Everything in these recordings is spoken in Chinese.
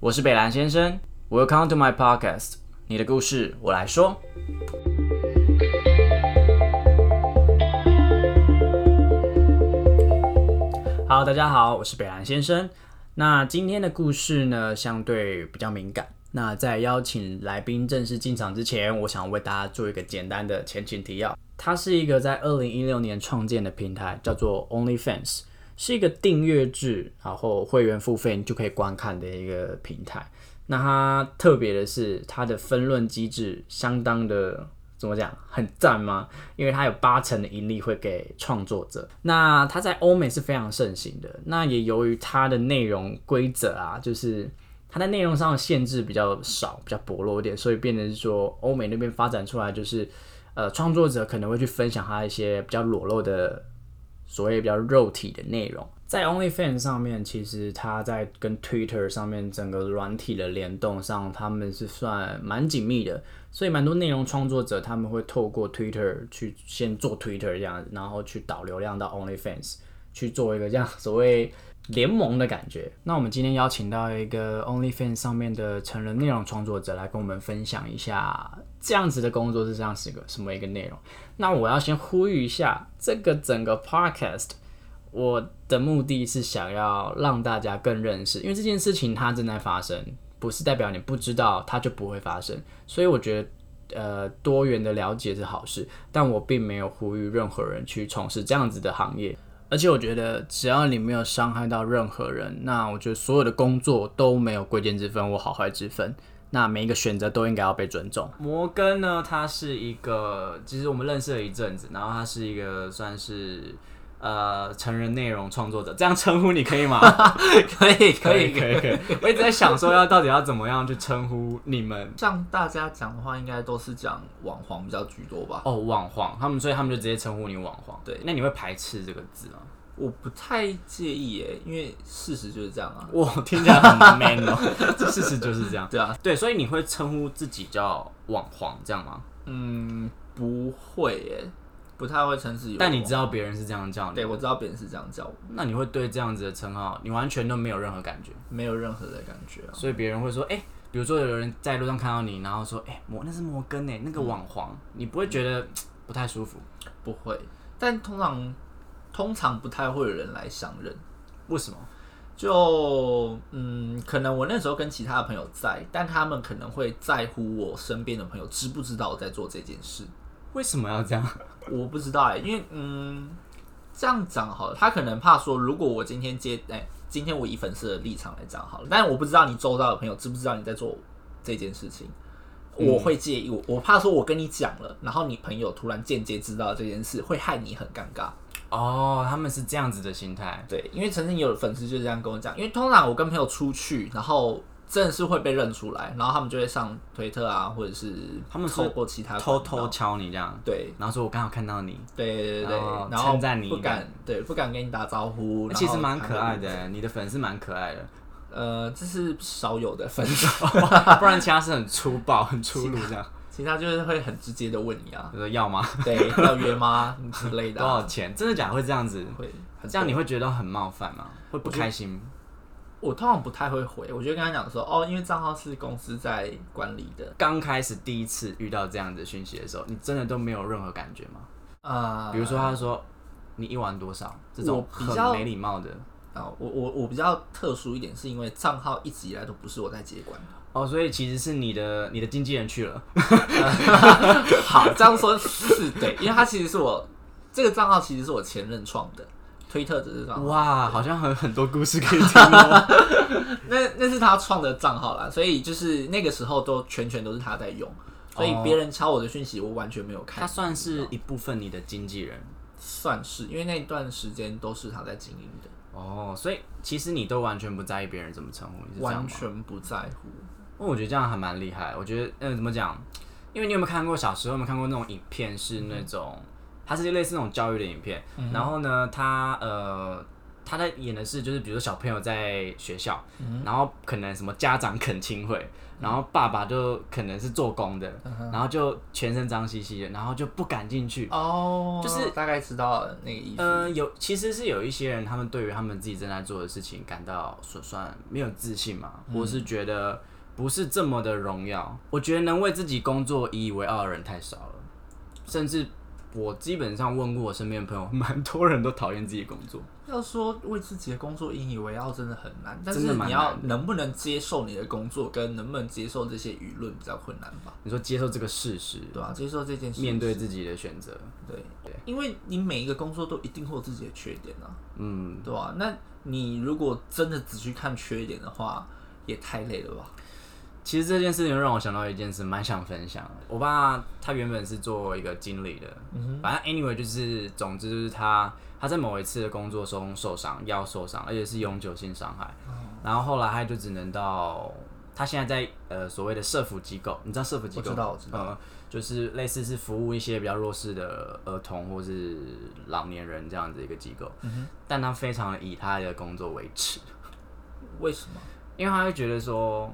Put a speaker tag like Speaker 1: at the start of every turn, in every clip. Speaker 1: 我是北兰先生，Welcome to my podcast，你的故事我来说。Hello，大家好，我是北兰先生。那今天的故事呢，相对比较敏感。那在邀请来宾正式进场之前，我想为大家做一个简单的前情提要。它是一个在二零一六年创建的平台，叫做 OnlyFans，是一个订阅制，然后会员付费你就可以观看的一个平台。那它特别的是，它的分论机制相当的怎么讲，很赞吗？因为它有八成的盈利会给创作者。那它在欧美是非常盛行的。那也由于它的内容规则啊，就是它在内容上的限制比较少，比较薄弱一点，所以变成是说欧美那边发展出来就是，呃，创作者可能会去分享他一些比较裸露的所谓比较肉体的内容。在 OnlyFans 上面，其实它在跟 Twitter 上面整个软体的联动上，他们是算蛮紧密的，所以蛮多内容创作者他们会透过 Twitter 去先做 Twitter 这样，然后去导流量到 OnlyFans 去做一个这样所谓联盟的感觉。那我们今天邀请到一个 OnlyFans 上面的成人内容创作者来跟我们分享一下这样子的工作是这样是一个什么一个内容。那我要先呼吁一下，这个整个 Podcast 我的目的是想要让大家更认识，因为这件事情它正在发生，不是代表你不知道它就不会发生。所以我觉得。呃，多元的了解是好事，但我并没有呼吁任何人去从事这样子的行业。而且我觉得，只要你没有伤害到任何人，那我觉得所有的工作都没有贵贱之分或好坏之分。那每一个选择都应该要被尊重。
Speaker 2: 摩根呢，他是一个，其实我们认识了一阵子，然后他是一个算是呃成人内容创作者，这样称呼你可 以吗？
Speaker 1: 可以，
Speaker 2: 可以，可以，可以。 我一直在想说要到底要怎么样去称呼你们。
Speaker 3: 像大家讲的话，应该都是讲网黄比较居多吧。
Speaker 2: 哦，网黄，他们所以他们就直接称呼你网黄。对，那你会排斥这个字吗？
Speaker 3: 我不太介意耶，因为事实就是这样啊。
Speaker 2: 我听起来很 man 哦， 这事实就是这样。
Speaker 3: 对啊，
Speaker 2: 对，所以你会称呼自己叫网黄这样吗？
Speaker 3: 嗯，不会耶，不太会称自己。
Speaker 2: 但
Speaker 1: 哦
Speaker 2: 你知
Speaker 3: 道，
Speaker 2: 道别人是这样叫你
Speaker 3: 对，，我知道别人是这样叫我，
Speaker 2: 那你会对这样子的称号，你完全都没有任何感觉。
Speaker 3: 没有任何的感觉啊。
Speaker 2: 所以别人会说，哎、比如说有人在路上看到你，然后说，哎、摩那是摩根哎，那个网黄，你不会觉得嘖不太舒服？
Speaker 3: 不会，但通常通常不太会有人来相认。
Speaker 2: 为什么？
Speaker 3: 就嗯，可能我那时候跟其他的朋友在，但他们可能会在乎我身边的朋友知不知道我在做这件事。
Speaker 2: 为什么要这样？
Speaker 3: 我不知道哎、因为嗯，这样讲好了，他可能怕说，如果我今天接哎、今天我以粉丝的立场来讲好了，但我不知道你周到的朋友知不知道你在做这件事情，
Speaker 2: 嗯
Speaker 3: 我会介意，我我怕说我跟你讲了，然后你朋友突然间接知道这件事，会害你很尴尬。
Speaker 2: 哦，他们是这样子的心态。
Speaker 3: 对，因为曾经有粉丝就这样跟我讲，因为通常我跟朋友出去，然后。真的是会被认出来，然后他们就会上推特啊，或者是
Speaker 2: 他们是
Speaker 3: 透过其他
Speaker 2: 偷
Speaker 3: 管道
Speaker 2: 偷敲你这样，
Speaker 3: 对
Speaker 2: 然后说我刚好看到你，
Speaker 3: 对对对对，
Speaker 2: 哦
Speaker 3: 然后
Speaker 2: 称赞你
Speaker 3: 不敢对不敢跟你打招呼，
Speaker 2: 那
Speaker 3: 然
Speaker 2: 其
Speaker 3: 后
Speaker 2: 实蛮可爱
Speaker 3: 他们。
Speaker 2: 的，欸你的粉丝蛮可爱 的，
Speaker 3: 呃，这是少有的分手，
Speaker 2: 不然其他是很粗暴、很粗鲁这 样。
Speaker 3: 其他就是会很直接的问你啊，
Speaker 2: 就说要吗？
Speaker 3: 对，要约吗之类
Speaker 2: 多
Speaker 3: 的啊、
Speaker 2: 少钱？真的假的会这样子？
Speaker 3: 会
Speaker 2: 啊
Speaker 3: 很
Speaker 2: 这样你会觉得很冒犯吗？会不开心？
Speaker 3: 我通常不太会回，我就跟他讲说，哦，因为账号是公司在管理的，
Speaker 2: 刚开始第一次遇到这样子的讯息的时候，你真的都没有任何感觉吗？
Speaker 3: 啊、
Speaker 2: 比如说，他说你一晚多少这种
Speaker 3: 我比较
Speaker 2: 很没礼貌的
Speaker 3: 啊，我我我比较特殊一点，是因为账号一直以来都不是我在接管。
Speaker 2: 哦，所以其实是你的你的经纪人去了，
Speaker 3: 好，这样说是对，因为他其实是我这个账号其实是我前任创的，推特只
Speaker 2: 啊
Speaker 3: 是账号。
Speaker 2: 哇，好像很很多故事可以听哦。
Speaker 3: 那那是他创的账号啦，所以就是那个时候都全全都是他在用，所以别人敲我的讯息我完全没有看。
Speaker 2: 他算是一部分你的经纪人
Speaker 3: 算是，因为那一段时间都是他在经营的，
Speaker 2: 哦，所以其实你都完全不在意别人怎么称呼你，是这样
Speaker 3: 完
Speaker 2: 吗？
Speaker 3: 全不在乎。
Speaker 2: 因为我觉得这样还蛮厉害。我觉得嗯、呃怎么讲？因为你有没有看过小时候有没有看过那种影片，是那种它是类似那种教育的影片，然后呢，它呃他在演的是就是比如说小朋友在学校，然后可能什么家长恳亲会，然后爸爸就可能是做工的，然后就全身脏兮兮的，然后就不敢进去。
Speaker 3: 哦，
Speaker 2: 就是
Speaker 3: 大概知道那个意思。
Speaker 2: 嗯、有其实是有一些人，他们对于他们自己正在做的事情感到算算没有自信嘛，或是觉得不是这么的荣耀。我觉得能为自己工作引以为傲的人太少了，甚至我基本上问过我身边的朋友，蛮多人都讨厌自己工作。
Speaker 3: 要说为自己的工作引以为傲真的很难，但
Speaker 2: 真
Speaker 3: 是
Speaker 2: 的蛮
Speaker 3: 你要
Speaker 2: 难
Speaker 3: 能不能接受你的工作，跟能不能接受这些舆论比较困难吧？
Speaker 2: 你说接受这个事实，
Speaker 3: 对吧、接受这件事，
Speaker 2: 面对自己的选择，
Speaker 3: 对，因为你每一个工作都一定会有自己的缺点啊，
Speaker 2: 嗯，
Speaker 3: 对吧、那你如果真的只去看缺点的话，也太累了吧？
Speaker 2: 其实这件事情让我想到一件事，蛮想分享的。我爸他原本是做一个经理的，
Speaker 3: 嗯
Speaker 2: 反正 anyway 就是，总之就是他他在某一次的工作中受伤，腰受伤，而且是永久性伤害。
Speaker 3: 哦
Speaker 2: 然后后来他就只能到他现在在呃所谓的社福机构，你知道社福机构？
Speaker 3: 我知道我知
Speaker 2: 道、呃，就是类似是服务一些比较弱势的儿童或是老年人这样子一个机构。
Speaker 3: 嗯
Speaker 2: 但他非常的以他的工作为耻，
Speaker 3: 为什么？
Speaker 2: 因为他会觉得说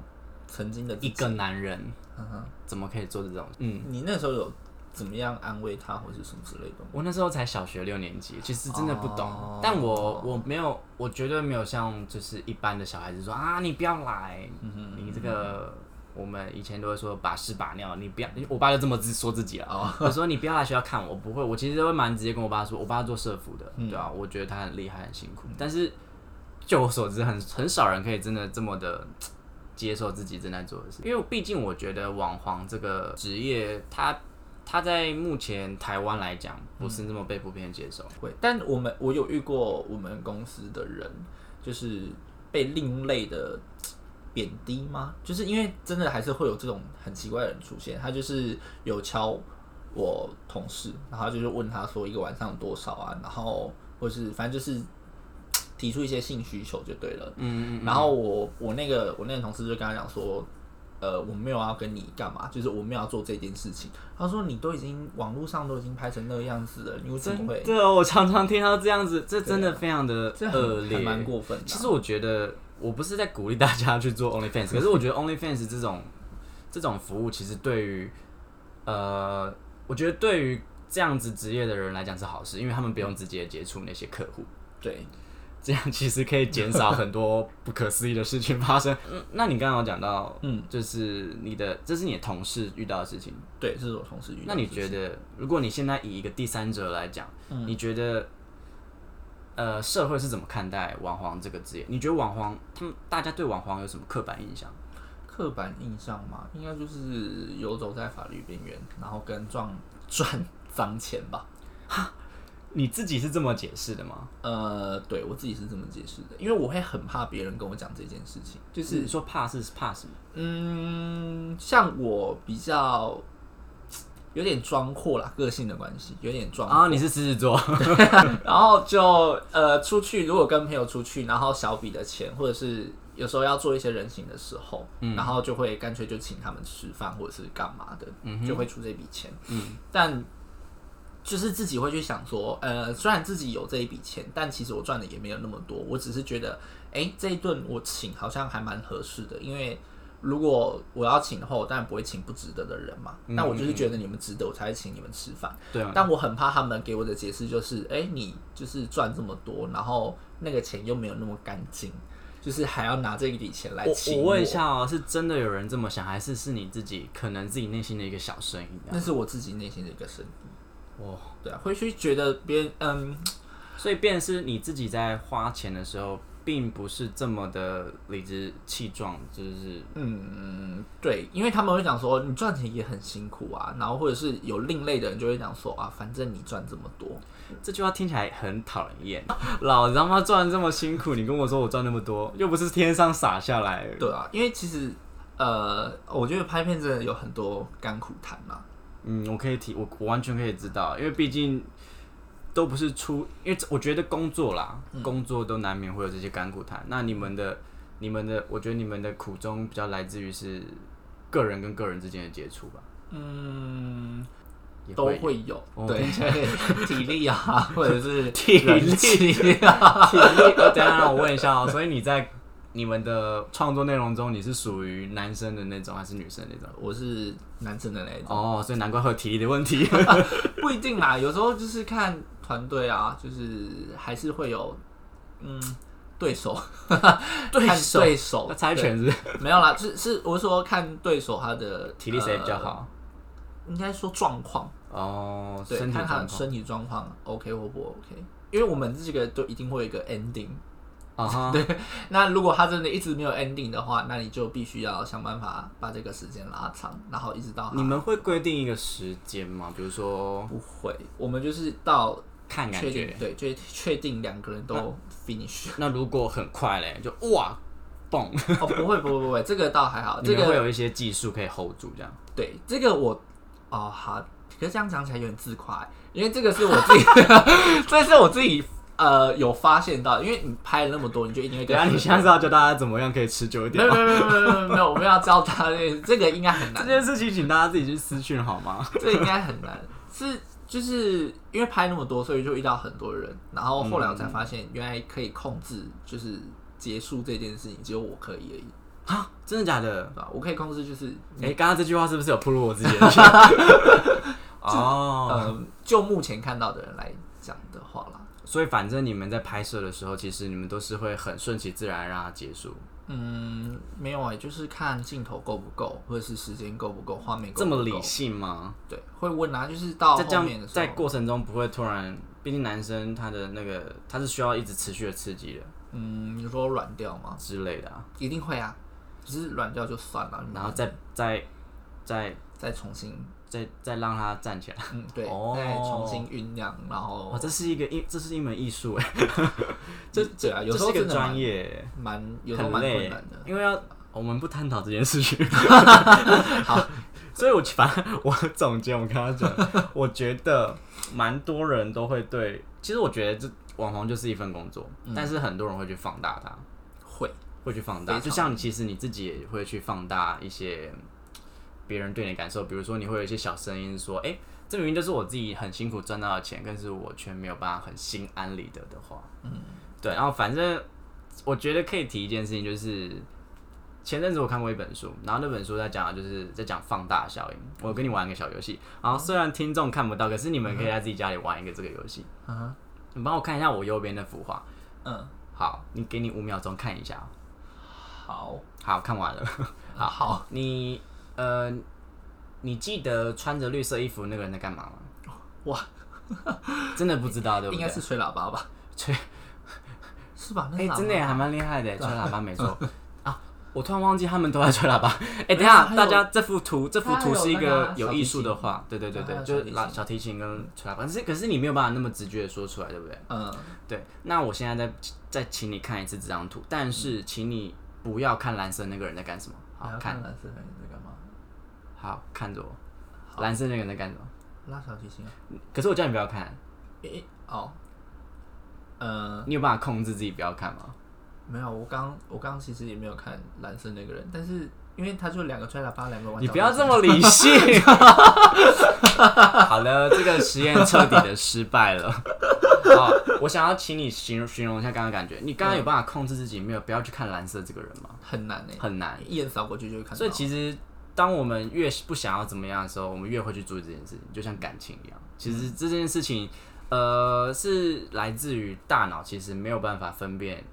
Speaker 3: 曾经的自
Speaker 2: 一
Speaker 3: 己，
Speaker 2: 个男人。
Speaker 3: 嗯哼
Speaker 2: 怎么可以做这种？嗯，
Speaker 3: 你那时候有怎么样安慰他，或者什么之类的吗？
Speaker 2: 我那时候才小学六年级，其实真的不懂。
Speaker 3: 哦
Speaker 2: 但我我没有，我绝对没有像就是一般的小孩子说啊，你不要来，你这个我们以前都会说把屎把尿，你不要。我爸就这么自说自己了，我说你不要来学校看我，我不会。我其实都会蛮直接跟我爸说，我爸做社服的，对啊，我觉得他很厉害，很辛苦。但是就我所知，很很少人可以真的这么的接受自己正在做的事，因为毕竟我觉得网黄这个职业，它它在目前台湾来讲不是那么被普遍接受。
Speaker 3: 会，但我们我有遇过我们公司的人，就是被另类的贬低吗？就是因为真的还是会有这种很奇怪的人出现，他就是有敲我同事，然后就是问他说一个晚上多少啊，然后或是反正就是提出一些性需求就对了。
Speaker 2: 嗯
Speaker 3: 然后我我那个我那个同事就跟他讲说，呃，我没有要跟你干嘛，就是我没有要做这件事情。他说你都已经网络上都已经拍成那个样子了，你为什么会？啊
Speaker 2: 对哦，我常常听到这样子，这真的非常的
Speaker 3: 这
Speaker 2: 恶
Speaker 3: 很
Speaker 2: 劣，
Speaker 3: 还蛮过分的啊、
Speaker 2: 其实我觉得，我不是在鼓励大家去 做 OnlyFans，可是我觉得 OnlyFans 这种这种服务，其实对于呃，我觉得对于这样子职业的人来讲是好事，因为他们不用直接接触那些客户。
Speaker 3: 对，
Speaker 2: 这样其实可以减少很多不可思议的事情发生。嗯，那你刚刚有讲到，
Speaker 3: 嗯，
Speaker 2: 就是你的，这是你的同事遇到的事情。
Speaker 3: 对，这是我同事遇到的
Speaker 2: 那你
Speaker 3: 事
Speaker 2: 觉得，如果你现在以一个第三者来讲，你觉得，呃，社会是怎么看待网黄这个职业？你觉得网黄他们大家对网黄有什么刻板印象？
Speaker 3: 刻板印象嘛，应该就是游走在法律边缘，然后跟赚 赚脏钱吧。
Speaker 2: 你自己是这么解释的吗？
Speaker 3: 呃，对我自己是这么解释的，因为我会很怕别人跟我讲这件事情，就
Speaker 2: 就是是说怕是怕什么？
Speaker 3: 嗯，像我比较有点装阔啦，个性的关系有点装
Speaker 2: 啊，你是狮子座，
Speaker 3: 然后就呃出去，如果跟朋友出去，然后小笔的钱，或者是有时候要做一些人情的时候，然后就会干脆就请他们吃饭或者是干嘛的，就会出这笔钱。嗯，但就是自己会去想说，呃，虽然自己有这一笔钱，但其实我赚的也没有那么多，我只是觉得，哎、这一顿我请好像还蛮合适的，因为。如果我要请的话，我当然不会请不值得的人嘛。那我就是觉得你们值得，我才会请你们吃饭。
Speaker 2: 嗯对啊吗？
Speaker 3: 但我很怕他们给我的解释就是，哎、你就是赚这么多，然后那个钱又没有那么干净，就是还要拿这一笔钱来
Speaker 2: 我
Speaker 3: 请
Speaker 2: 我问一下哦，是真的有人这么想，还是是你自己可能自己内心的一个小声音啊？
Speaker 3: 那是我自己内心的一个声音。
Speaker 2: 哇，
Speaker 3: 对啊，会去觉得别人，嗯，
Speaker 2: 所以，便是你自己在花钱的时候，并不是这么的理直气壮，就是
Speaker 3: 对，因为他们会讲说你赚钱也很辛苦啊，然后或者是有另类的人就会讲说啊，反正你赚这么多，
Speaker 2: 这句话听起来很讨人厌。 老子他妈赚这么辛苦，你跟我说我赚那么多，又不是天上洒下来。
Speaker 3: 对啊，因为其实，呃，我觉得拍片真的有很多甘苦谈嘛、
Speaker 2: 嗯，我可以提，我我完全可以知道，因为毕竟都不是出，因为我觉得工作啦，
Speaker 1: 嗯
Speaker 2: 工作都难免会有这些甘苦谈。那你们的、你们的，我觉得你们的苦衷比较来自于是个人跟个人之间的接触吧。
Speaker 3: 嗯，
Speaker 2: 也
Speaker 3: 都
Speaker 2: 会有
Speaker 3: 会有，
Speaker 2: 哦
Speaker 3: 对，体力啊，或者 是
Speaker 1: 体力
Speaker 3: 人气啊，
Speaker 2: 体力。呃 等一下让我问一下哦，所以你在你们的创作内容中，你是属于男生的那种还是女生的那种？
Speaker 3: 我是男生的那一种，
Speaker 2: 哦，所以难怪会有体力的问 题。
Speaker 3: 不一定啦，有 时候就是看团队啊，就是还是会有，嗯，对手，
Speaker 2: 对
Speaker 3: 看
Speaker 2: 手
Speaker 3: 对手
Speaker 2: 那，猜拳是
Speaker 3: 对没有啦，是是，我是说看对手他的
Speaker 2: 体力谁比较，好？
Speaker 3: 呃应该说状况，
Speaker 2: 哦，
Speaker 3: 对，
Speaker 2: 身体
Speaker 3: 看他
Speaker 2: 状
Speaker 3: 的
Speaker 2: 况
Speaker 3: 身体状况 OK 或不 OK，因为我们这个都一定会有一个 ending。
Speaker 2: 啊哈，
Speaker 3: 那如果他真的一直没有 ending 的话，那你就必须要想办法把这个时间拉长，然后一直到他
Speaker 2: 你们会规定一个时间吗？比如说
Speaker 3: 不会，我们就是到
Speaker 2: 看感
Speaker 3: 确定
Speaker 2: 觉。啊
Speaker 3: 对，就确定两个人都 finish。
Speaker 2: 那如果很快嘞，就哇蹦，
Speaker 3: 哦，不会，不会，不会，这个倒还好。
Speaker 2: 你
Speaker 3: 这
Speaker 2: 们会
Speaker 3: 个
Speaker 2: 有一些技术可以 hold 住这样。
Speaker 3: 对，这个我哦好，可是这样讲起来有点自夸欸，因为这个是我自己， 这是我自己呃有发现到，因为你拍了那么多，你就一定会
Speaker 2: 等
Speaker 3: 跟
Speaker 2: 一下啊你现在是要教大家怎么样可以持久一
Speaker 3: 没
Speaker 2: 点
Speaker 3: 有
Speaker 2: 吗？
Speaker 3: 没有没有没有没有没有，我们要教他这个应该很
Speaker 2: 这
Speaker 3: 难，
Speaker 2: 件事情请大家自己去私讯好吗？
Speaker 3: 这应该很难，是就是因为拍那么多，所以就遇到很多人，然后后来我才发现，原来可以控制就是结束这件事情，只有我可以而已，
Speaker 2: 啊，真的假的？
Speaker 3: 对吧？我可以控制就是
Speaker 2: 哎、刚刚这句话是不是有暴露我自 己的事？ 哦，
Speaker 3: 呃，就目前看到的人来讲的话啦，
Speaker 2: 所以反正你们在拍摄的时候，其实你们都是会很顺其自然让它结束，
Speaker 3: 嗯，没有哎、就是看镜头够不够，或者是时间够不够，画面够
Speaker 2: 这
Speaker 3: 不够
Speaker 2: 么理性吗？
Speaker 3: 对，会问啊，就是到
Speaker 2: 在这
Speaker 3: 后面
Speaker 2: 样
Speaker 3: 的时
Speaker 2: 在
Speaker 3: 候，
Speaker 2: 过程中不会突然，毕竟男生他的那个他是需要一直持续的刺激的
Speaker 3: 嗯，你说软掉吗？
Speaker 2: 之类的啊，
Speaker 3: 一定会啊，只是软掉就算了，
Speaker 2: 然后再再再
Speaker 3: 再重 新，
Speaker 2: 再再让他站起来。
Speaker 3: 嗯，对，
Speaker 2: 哦
Speaker 3: 再重新酝酿，然后
Speaker 2: 哇，这是一个一这是一门艺术哎，
Speaker 3: 这 对啊，有时候
Speaker 2: 这是一
Speaker 3: 真
Speaker 2: 个
Speaker 3: 的蛮
Speaker 2: 专业，
Speaker 3: 蛮有时候
Speaker 2: 很
Speaker 3: 蛮
Speaker 2: 累
Speaker 3: 困难的，，
Speaker 2: 因为要我们不探讨这件事情。 所以我反正我总结，我跟他 讲，我觉得蛮多人都会对，其实我觉得这网红就是一份工作，
Speaker 3: 嗯
Speaker 2: 但是很多人会去放大它，
Speaker 3: 会
Speaker 2: 会去放大，
Speaker 3: 非常
Speaker 2: 就像你其实你自己也会去放大一些别人对你的感受，比如说你会有一些小声音说，哎、这明明就是我自己很辛苦赚到的钱，但是我却没有办法很心安理得的话，嗯，对，然后反正我觉得可以提一件事情，就是前阵子我看过一本书，然后那本书在讲的就是在讲放大效应。我跟你玩一个小游戏，然后虽然听众看不到，可是你们可以在自己家里玩一个这个游戏。
Speaker 3: 啊，
Speaker 2: 你帮我看一下我右边那幅画，
Speaker 3: 嗯，
Speaker 2: 好，你给你五秒钟看一下。哦
Speaker 3: 好，
Speaker 2: 好看完了，
Speaker 3: 好，好，
Speaker 2: 你呃，你记得穿着绿色衣服那个人在干嘛吗？
Speaker 3: 哇，
Speaker 2: 真的不知道对不
Speaker 3: 应
Speaker 2: 对
Speaker 3: 该？是吹喇叭吧？
Speaker 2: 吹，
Speaker 3: 是吧？那是
Speaker 2: 哎、
Speaker 3: 喇叭
Speaker 2: 真的耶还蛮厉害的耶，吹喇叭没 错啊。我突然忘记他们都在吹喇叭。哎、等一
Speaker 3: 没有
Speaker 2: 下，
Speaker 3: 还有
Speaker 2: 大家这幅图，这幅
Speaker 3: 它还
Speaker 2: 图
Speaker 3: 有
Speaker 2: 是一
Speaker 3: 那个
Speaker 2: 个
Speaker 3: 啊
Speaker 2: 有
Speaker 3: 小
Speaker 2: 艺
Speaker 3: 提
Speaker 2: 术的
Speaker 3: 琴
Speaker 2: 画，对对对对
Speaker 3: 它，还有
Speaker 2: 就是
Speaker 3: 小提
Speaker 2: 拉
Speaker 3: 琴
Speaker 2: 小提琴跟吹喇叭。可是可是你没有办法那么直觉的说出来，对不对？
Speaker 3: 嗯，
Speaker 2: 对。那我现在再再请你看一次这张图，但
Speaker 3: 嗯
Speaker 2: 是请你不要看蓝色那个人在干什么，好
Speaker 3: 还要
Speaker 2: 看，
Speaker 3: 看蓝色的人在干嘛？
Speaker 2: 好看着我。蓝色那个人在干什么？
Speaker 3: 拉小提琴啊？
Speaker 2: 可是我叫你不要看，
Speaker 3: 诶，哦，呃，
Speaker 2: 你有办法控制自己不要看吗？
Speaker 3: 没有，我刚我刚其实也没有看蓝色那个人，但是因为他就两个吹喇叭，两个玩。
Speaker 2: 你不要这么理性。好了，这个实验彻底的失败了。好，我想要请你形容形容一下刚刚的感觉。你刚刚有办法控制自己没有不要去看蓝色这个人吗？
Speaker 3: 很难诶，
Speaker 2: 很难。
Speaker 3: 一眼扫过去就会看到。
Speaker 2: 所以其实当我们越不想要怎么样的时候，我们越会去做这件事情，就像感情一样。其实
Speaker 3: 嗯
Speaker 2: 这件事情，呃，是来自于大脑其实没有办法分辨，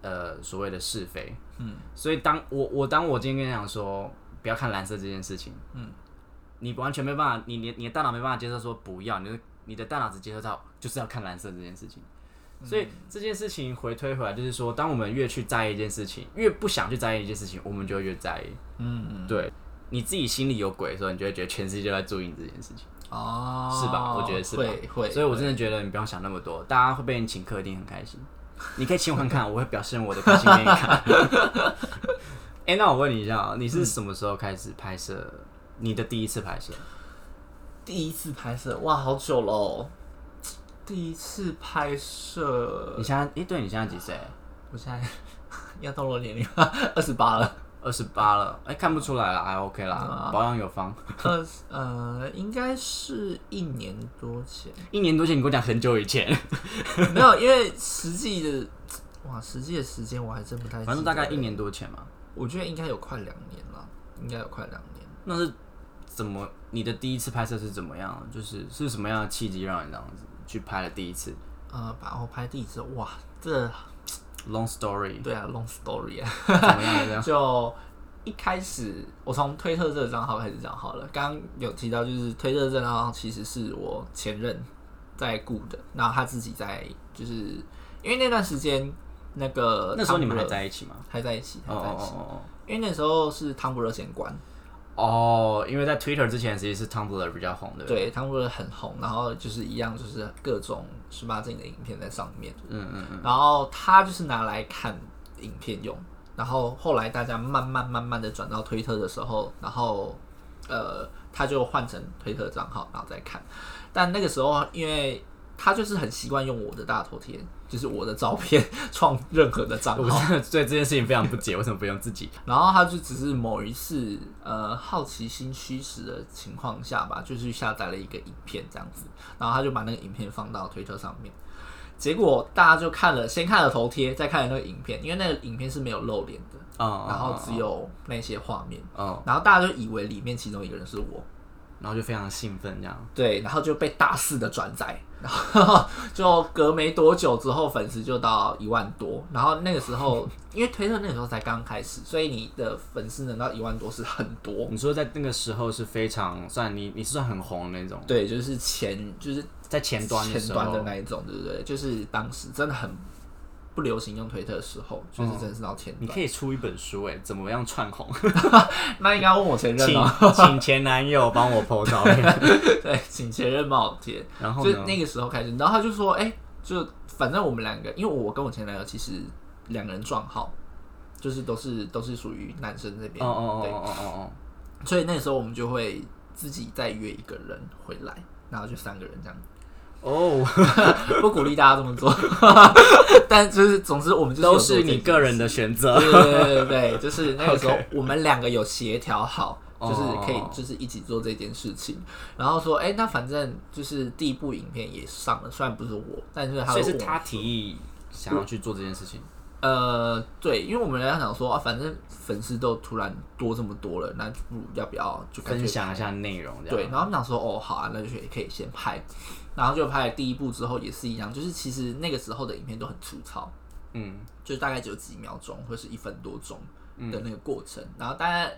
Speaker 2: 呃，所谓的是非。
Speaker 3: 嗯，
Speaker 2: 所以当我我当我今天跟你讲说不要看蓝色这件事情，
Speaker 3: 嗯，
Speaker 2: 你完全没办法，你你你的大脑没办法接受说不要，你的你的大脑只接受到就是要看蓝色这件事情。
Speaker 3: 嗯
Speaker 2: 所以这件事情回推回来，就是说，当我们越去在意一件事情，越不想去在意一件事情，我们就会越在意。
Speaker 3: 嗯嗯
Speaker 2: 对，你自己心里有鬼的时候，你就会觉得全世界都在注意你这件事情，
Speaker 3: 哦，
Speaker 2: 是吧？我觉得是吧
Speaker 3: 会会，
Speaker 2: 所以我真的
Speaker 3: 会
Speaker 2: 觉得你不用想那么多，大家会被你请客一定很开心。你可以请我看看，我会表现我的开心给你 看。哎、那我问你一下哦，你是什么时候开始拍摄？你的第一次拍摄？
Speaker 3: 第一次拍摄，哇，好久喽。第一次拍摄，
Speaker 2: 嗯你现在哎、对你现在几岁？
Speaker 3: 我现在 要透露年龄了，二十八了。
Speaker 2: 二二十八了，哎、看不出来了，还 OK 啦，保养有方。
Speaker 3: 呃呃，应该是一年多前，
Speaker 2: 一年多前你跟我讲很久以前，
Speaker 3: 没有，因为实际的，哇，实际的时间我还真不太，
Speaker 2: 反正大概一，年多前嘛。
Speaker 3: 我觉得应该有快两年了，应该有快两年。
Speaker 2: 那是怎么？你的第一次拍摄是怎么样？就是是什么样的契机让你这样子去拍了第一次
Speaker 3: 呃，把我拍第一次，哇，这
Speaker 2: ？Long story
Speaker 3: 对啊，long story 啊，
Speaker 2: 怎么样的？
Speaker 3: 就一开始我从推特这个账号开始讲好了。刚刚有提到，就是推特这个账号其实是我前任在雇的，然后他自己在，就是因为那段时间那个
Speaker 2: 那时候你们还
Speaker 3: 还
Speaker 2: 在一起吗？
Speaker 3: 还在一起，还
Speaker 2: 哦
Speaker 3: 在一起，
Speaker 2: 哦
Speaker 3: 因为那时候是汤普勒先关。
Speaker 2: 哦哦，因为在 Twitter 之前其实是 Tumblr 比较红的。
Speaker 3: 对，汤姆克鲁斯很红，然后就是一样，就是各种十八禁的影片在上面，
Speaker 2: 嗯嗯
Speaker 3: 然后他就是拿来看影片用，然后后来大家慢慢慢慢的转到推特的时候，然后呃，他就换成推特账号，然后再看，但那个时候因为。他就是很习惯用我的大头贴，就是我的照片 创任何的账
Speaker 2: 我
Speaker 3: 号，
Speaker 2: 真的 对这件事情非常不解，为什么不用自 己？
Speaker 3: 然后他就只是某一次呃好奇心驱使的情况下吧，就去下载了一个影片这样子，然后他就把那个影片放到推特上面，结果大家就看了，先看了头贴，再看了那个影片，因为那个影片是没有露脸的，
Speaker 2: 嗯，
Speaker 3: 然后只有那些画面，
Speaker 2: 嗯，
Speaker 3: 然后大家就以为里面其中一个人是我，
Speaker 2: 然后就非常兴奋这样。
Speaker 3: 对，然后就被大肆的转载，然后 就隔没多久之后，粉丝就到一万多。然后那个时候，因为推特那个时候才刚开始，所以你的粉丝能到一万多是很多。
Speaker 2: 你说在那个时候是非常算你你是算很红的那种，
Speaker 3: 对，就是前就是
Speaker 2: 在前端的
Speaker 3: 前
Speaker 2: 时
Speaker 3: 端
Speaker 2: 候
Speaker 3: 的那一种，对不对？就是当时真的很不流行用推特的时候，就是真的是到前
Speaker 2: 嗯你
Speaker 3: 端。
Speaker 2: 可以出一本书哎，怎么样串红？
Speaker 3: 那应该问我前 任
Speaker 2: 请
Speaker 3: 哦，
Speaker 2: 请前男友帮我 PO 照片，
Speaker 3: 对，请前任帮我贴。
Speaker 2: 然后
Speaker 3: 就
Speaker 2: 呢？
Speaker 3: 那个时候开始，然后他就说，哎、就反正我们两个，因为我跟我前男友其实两个人撞号，就是都是都是属于男生这
Speaker 2: 哦
Speaker 3: 边，
Speaker 2: 哦哦
Speaker 3: 对，
Speaker 2: 哦哦哦
Speaker 3: 所以那个时候我们就会自己再约一个人回来，然后就三个人这样，
Speaker 2: 哦哦，
Speaker 3: 不鼓励大家这么做， 但就是总之我们就是有
Speaker 2: 都
Speaker 3: 做
Speaker 2: 是你
Speaker 3: 这件
Speaker 2: 个人的选择。
Speaker 3: 对对 对对对，就是那个时候我们两个有协调好，
Speaker 2: 哦
Speaker 3: 就是可以就是一起做这件事情，然后说，哎、那反正就是第一部影片也上了，虽然不是我，但是他
Speaker 2: 所
Speaker 3: 会
Speaker 2: 以是
Speaker 3: 问我
Speaker 2: 他提议想要去做这件事情。
Speaker 3: 呃，对，因为我们在想说啊，反正粉丝都突然多这么多了，那不如要不要就干脆
Speaker 2: 分享一下内容，这
Speaker 3: 对，
Speaker 2: 样
Speaker 3: 然后我们想说，哦，好啊，那就也可以先拍，然后就拍了第一部之后也是一样，就是其实那个时候的影片都很粗糙，
Speaker 2: 嗯，
Speaker 3: 就大概只有几秒钟或是一分多钟的那个过程，然后大家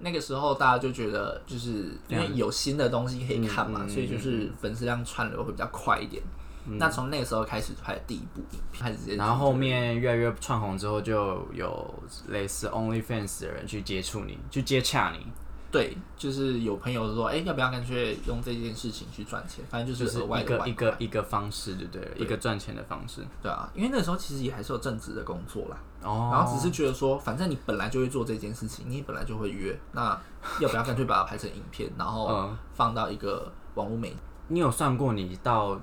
Speaker 3: 那个时候大家就觉得，就是因为有新的东西可以看嘛，
Speaker 2: 嗯嗯嗯嗯
Speaker 3: 所以就是粉丝量串流会比较快一点。那从那个时候开始拍的第一部影片，开始直接
Speaker 2: 然后后面越来越串红之后，就有类似 OnlyFans 的人去接触你，去接洽你，
Speaker 3: 对，就是有朋友说，哎、要不要干脆用这件事情去赚钱？反正
Speaker 2: 就
Speaker 3: 就是是额外
Speaker 2: 一
Speaker 3: 的
Speaker 2: 个
Speaker 3: 外
Speaker 2: 一
Speaker 3: 快
Speaker 2: 个一个方式，对不对了？一个赚钱的方式。
Speaker 3: 对啊，因为那时候其实也还是有正职的工作啦，然
Speaker 2: 哦，
Speaker 3: 后只是觉得说，反正你本来就会做这件事情，你本来就会约，那要不要干脆把它拍成影片，然后
Speaker 2: 嗯
Speaker 3: 放到一个网络媒
Speaker 2: 你有算过你到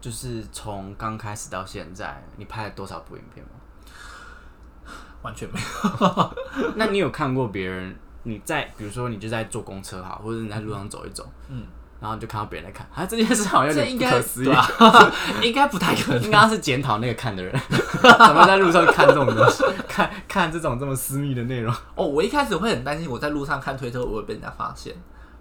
Speaker 2: 就是从刚开始到现在，你拍了多少部影片吗？
Speaker 3: 完全没有。
Speaker 2: 那你有看过别人？你在比如说你就在坐公车哈，或者你在路上走一走，
Speaker 3: 嗯，
Speaker 2: 然后你就看到别人在看，啊，这件事好像有
Speaker 3: 这
Speaker 2: 点
Speaker 3: 应
Speaker 2: 不
Speaker 3: 该
Speaker 2: 可思
Speaker 3: 对
Speaker 2: 议。
Speaker 3: 吧？ 应该不太可能。
Speaker 2: 应该是检讨那个看的人， 怎么在路上看这种东西， 看看这种这么私密的内容。
Speaker 3: 哦，我一开始会很担心，我在路上看推特我会被人家发现，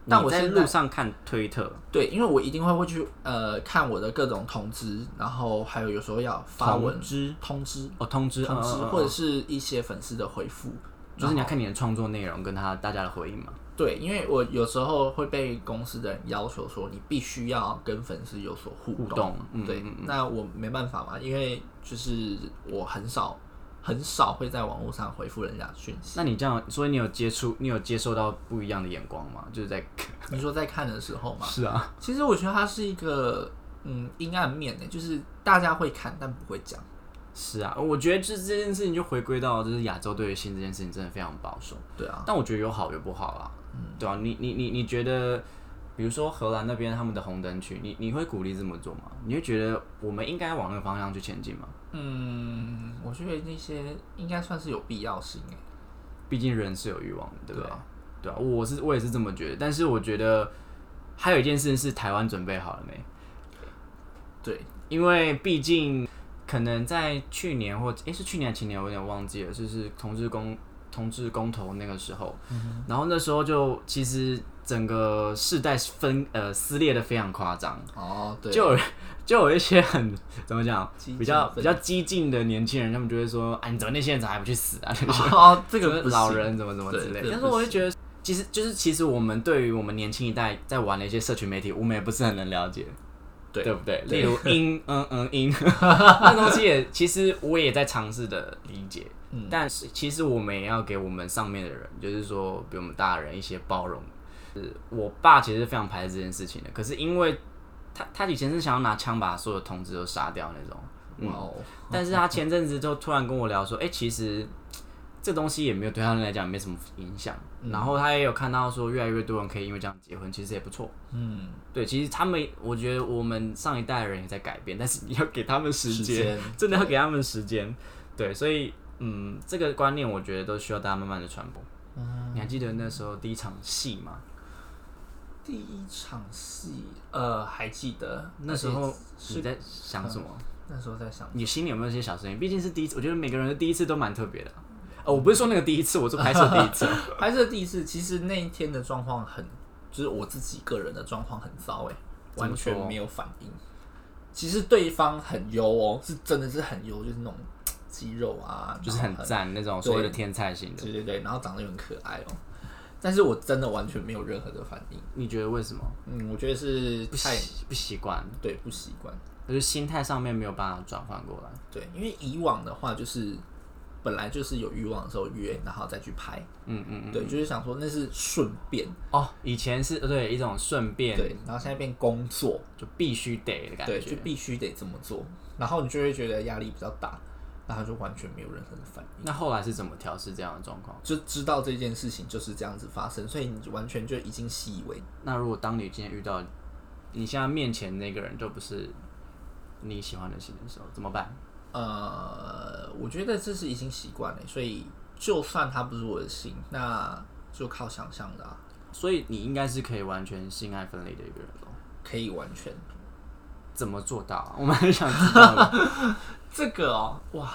Speaker 3: 但我
Speaker 2: 你在
Speaker 3: 现
Speaker 2: 路
Speaker 3: 在
Speaker 2: 上看推特，
Speaker 3: 对，因为我一定会会去呃看我的各种通知，然后还有有时候要发文
Speaker 2: 通知
Speaker 3: 通知
Speaker 2: 哦，通知，
Speaker 3: 通知
Speaker 2: 嗯嗯嗯
Speaker 3: 或者是一些粉丝的回复，
Speaker 2: 就是你要看你的创作内容跟他大家的回应嘛。
Speaker 3: 对，因为我有时候会被公司的人要求说，你必须要跟粉丝有所互
Speaker 2: 互动嗯
Speaker 3: 对，
Speaker 2: 嗯
Speaker 3: 那我没办法嘛，因为就是我很少很少会在网络上回复人家讯息。
Speaker 2: 那你这样，所以你有接触，你有接受到不一样的眼光吗？就是在
Speaker 3: 你说在看的时候 嘛，
Speaker 2: 是啊，
Speaker 3: 其实我觉得它是一个嗯阴暗面呢，就是大家会看但不会讲。
Speaker 2: 是啊，我觉得这这件事情就回归到就是亚洲对于性这件事情真的非常保守。
Speaker 3: 对啊，
Speaker 2: 但我觉得有好有不好啊，对啊，你你你你觉得，比如说荷兰那边他们的红灯区，你你会鼓励这么做吗？你会觉得我们应该往那个方向去前进吗？
Speaker 3: 嗯，我觉得那些应该算是有必要性诶。
Speaker 2: 毕竟人是有欲望的，对不对
Speaker 3: 对啊？
Speaker 2: 对啊，我是我也是这么觉得，但是我觉得还有一件事是台湾准备好了没？
Speaker 3: 对，
Speaker 2: 因为毕竟可能在去年或诶、是去年还是前年，我有点忘记了，就是同志公同志公投那个时候，然后那时候就其实整个世代分呃撕裂的非常夸张，
Speaker 3: 哦，对，
Speaker 2: 嗯就有 就有一些很怎么讲
Speaker 3: 激进
Speaker 2: 比较
Speaker 3: 分子
Speaker 2: 比较激进的年轻人，他们就会说啊你怎么那些人怎么还不去死啊？
Speaker 3: 哦，这
Speaker 2: 就
Speaker 3: 个
Speaker 2: 是
Speaker 3: 不行
Speaker 2: 老人怎么怎么
Speaker 3: 对
Speaker 2: 之类
Speaker 3: 这个
Speaker 2: 的。但是
Speaker 3: 不
Speaker 2: 我会
Speaker 3: 行
Speaker 2: 觉得，其实就是其实我们对于我们年轻一代在玩的一些社群媒体，我们也不是很能了解，
Speaker 3: 对
Speaker 2: 不对？
Speaker 3: 对
Speaker 2: 例如音，嗯嗯音，那东西也其实我也在尝试的理解，但是其实我们也要给我们上面的人，就是说比我们大的人一些包容。是我爸其实是非常排斥这件事情的，可是因为他他以前是想要拿枪把所有同志都杀掉那种，嗯
Speaker 3: 哇哦，
Speaker 2: 但是他前阵子就突然跟我聊说，哎、其实这东西也没有对他们来讲没什么影响。然后他也有看到说，越来越多人可以因为这样结婚，其实也不错。
Speaker 3: 嗯，
Speaker 2: 对，其实他们，我觉得我们上一代的人也在改变，但是你要给他们时
Speaker 3: 时
Speaker 2: 间，
Speaker 3: 间
Speaker 2: 真的要给他们时间。对，所以嗯，这个观念我觉得都需要大家慢慢的传播。
Speaker 3: 啊
Speaker 2: 你还记得那时候第一场戏吗？
Speaker 3: 第一场戏，呃，还记得
Speaker 2: 那时候你
Speaker 3: 啊是嗯
Speaker 2: 在想什么？
Speaker 3: 那时候在想，
Speaker 2: 你心里有没有一些小声音？毕竟是第一次，我觉得每个人的第一次都蛮特别的。哦，我不是说那个第一次，我说拍摄第一 次。
Speaker 3: 拍摄第一次，其实那一天的状况很，就是我自己个人的状况很糟哎、
Speaker 2: 怎么
Speaker 3: 完全
Speaker 2: 说
Speaker 3: 没有反应。其实对方很优哦，是真的是很优，就是那种肌肉啊，
Speaker 2: 就是
Speaker 3: 然
Speaker 2: 很
Speaker 3: 后
Speaker 2: 赞那种
Speaker 3: 对
Speaker 2: 所谓的天才型的。
Speaker 3: 对对对，然后长得又很可爱哦。但是我真的完全没有任何的反应，
Speaker 2: 你觉得为什么
Speaker 3: 嗯，我觉得是
Speaker 2: 不
Speaker 3: 太
Speaker 2: 习不习惯？
Speaker 3: 对不习惯，
Speaker 2: 就是心态上面没有办法转换过来。
Speaker 3: 对，因为以往的话就是本来就是有欲望的时候约，然后再去拍，
Speaker 2: 嗯嗯嗯。
Speaker 3: 对，就是想说那是顺便，
Speaker 2: 哦，以前是呃对一种顺便
Speaker 3: 对，然后现在变工作，
Speaker 2: 就必须得的感
Speaker 3: 对，
Speaker 2: 觉
Speaker 3: 就。必须得这么做，然后你就会觉得压力比较大，然后就完全没有任何的反应，
Speaker 2: 那后来是怎么调试这样的状况？
Speaker 3: 就知道这件事情就是这样子发生，所以你完全就已经习以为，
Speaker 2: 那如果当你今天遇到你现在面前那个人就不是你喜欢的型的时候，怎么办？
Speaker 3: 呃，我觉得这是已经习惯了，所以就算他不是我的心，那就靠想象的、啊，
Speaker 2: 所以你应该是可以完全性爱分离的一个人咯。
Speaker 3: 可以完全。
Speaker 2: 怎么做到啊、我们很想知道。
Speaker 3: 这个哦，哇，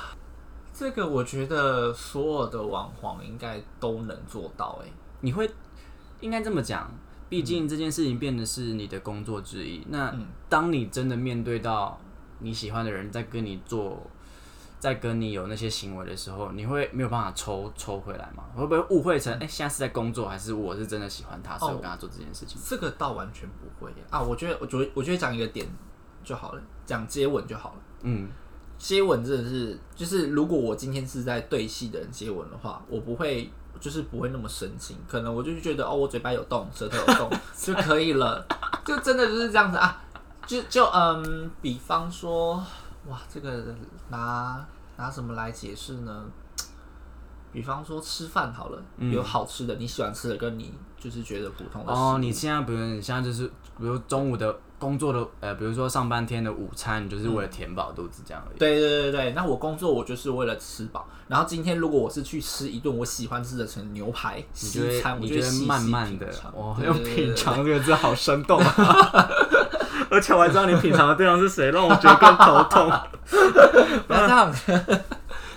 Speaker 3: 这个我觉得所有的网黄应该都能做到哎、
Speaker 2: 你会应该这么讲，毕竟这件事情变得是你的工作之
Speaker 3: 嗯
Speaker 2: 一。那当你真的面对到你喜欢的人在跟你做，在跟你有那些行为的时候，你会没有办法抽抽回来吗？会不会误会
Speaker 3: 嗯
Speaker 2: 成哎、诶现在是在工作，还是我是真的喜欢他，
Speaker 3: 哦
Speaker 2: 所以我跟他做这件事情？
Speaker 3: 这个倒完全不会耶啊。我觉得，我觉得，我觉得讲一个点就好了，讲接吻就好了。
Speaker 2: 嗯，
Speaker 3: 接吻真的是，就是如果我今天是在对戏的人接吻的话，我不会，就是不会那么深情，可能我就是觉得哦，我嘴巴有动，舌头有 动就可以了，就真的就是这样子啊，就就嗯，比方说，哇，这个拿拿什么来解释呢？比方说吃饭好了，有好吃的，你喜欢吃的，跟你就是觉得普通
Speaker 2: 嗯
Speaker 3: 的
Speaker 2: 哦，
Speaker 3: 食物
Speaker 2: 你现在比如你现在就是，比如中午的工作的，呃，比如说上半天的午餐，你就是为了填饱肚子这样而已。
Speaker 3: 对对对对，那我工作我就是为了吃饱。然后今天如果我是去吃一顿我喜欢吃的，成牛排
Speaker 2: 你就
Speaker 3: 西
Speaker 2: 会
Speaker 3: 餐，我
Speaker 2: 你
Speaker 3: 就会
Speaker 2: 就
Speaker 3: 细
Speaker 2: 会
Speaker 3: 细
Speaker 2: 慢慢
Speaker 3: 品
Speaker 2: 的
Speaker 3: 尝，
Speaker 2: 哇，
Speaker 3: 对
Speaker 2: 用
Speaker 3: 对对
Speaker 2: 品
Speaker 3: 对
Speaker 2: 尝这个字好生动啊！ 而且我还知道你品尝的对象是谁，让我觉得更头痛。
Speaker 3: 不要这样，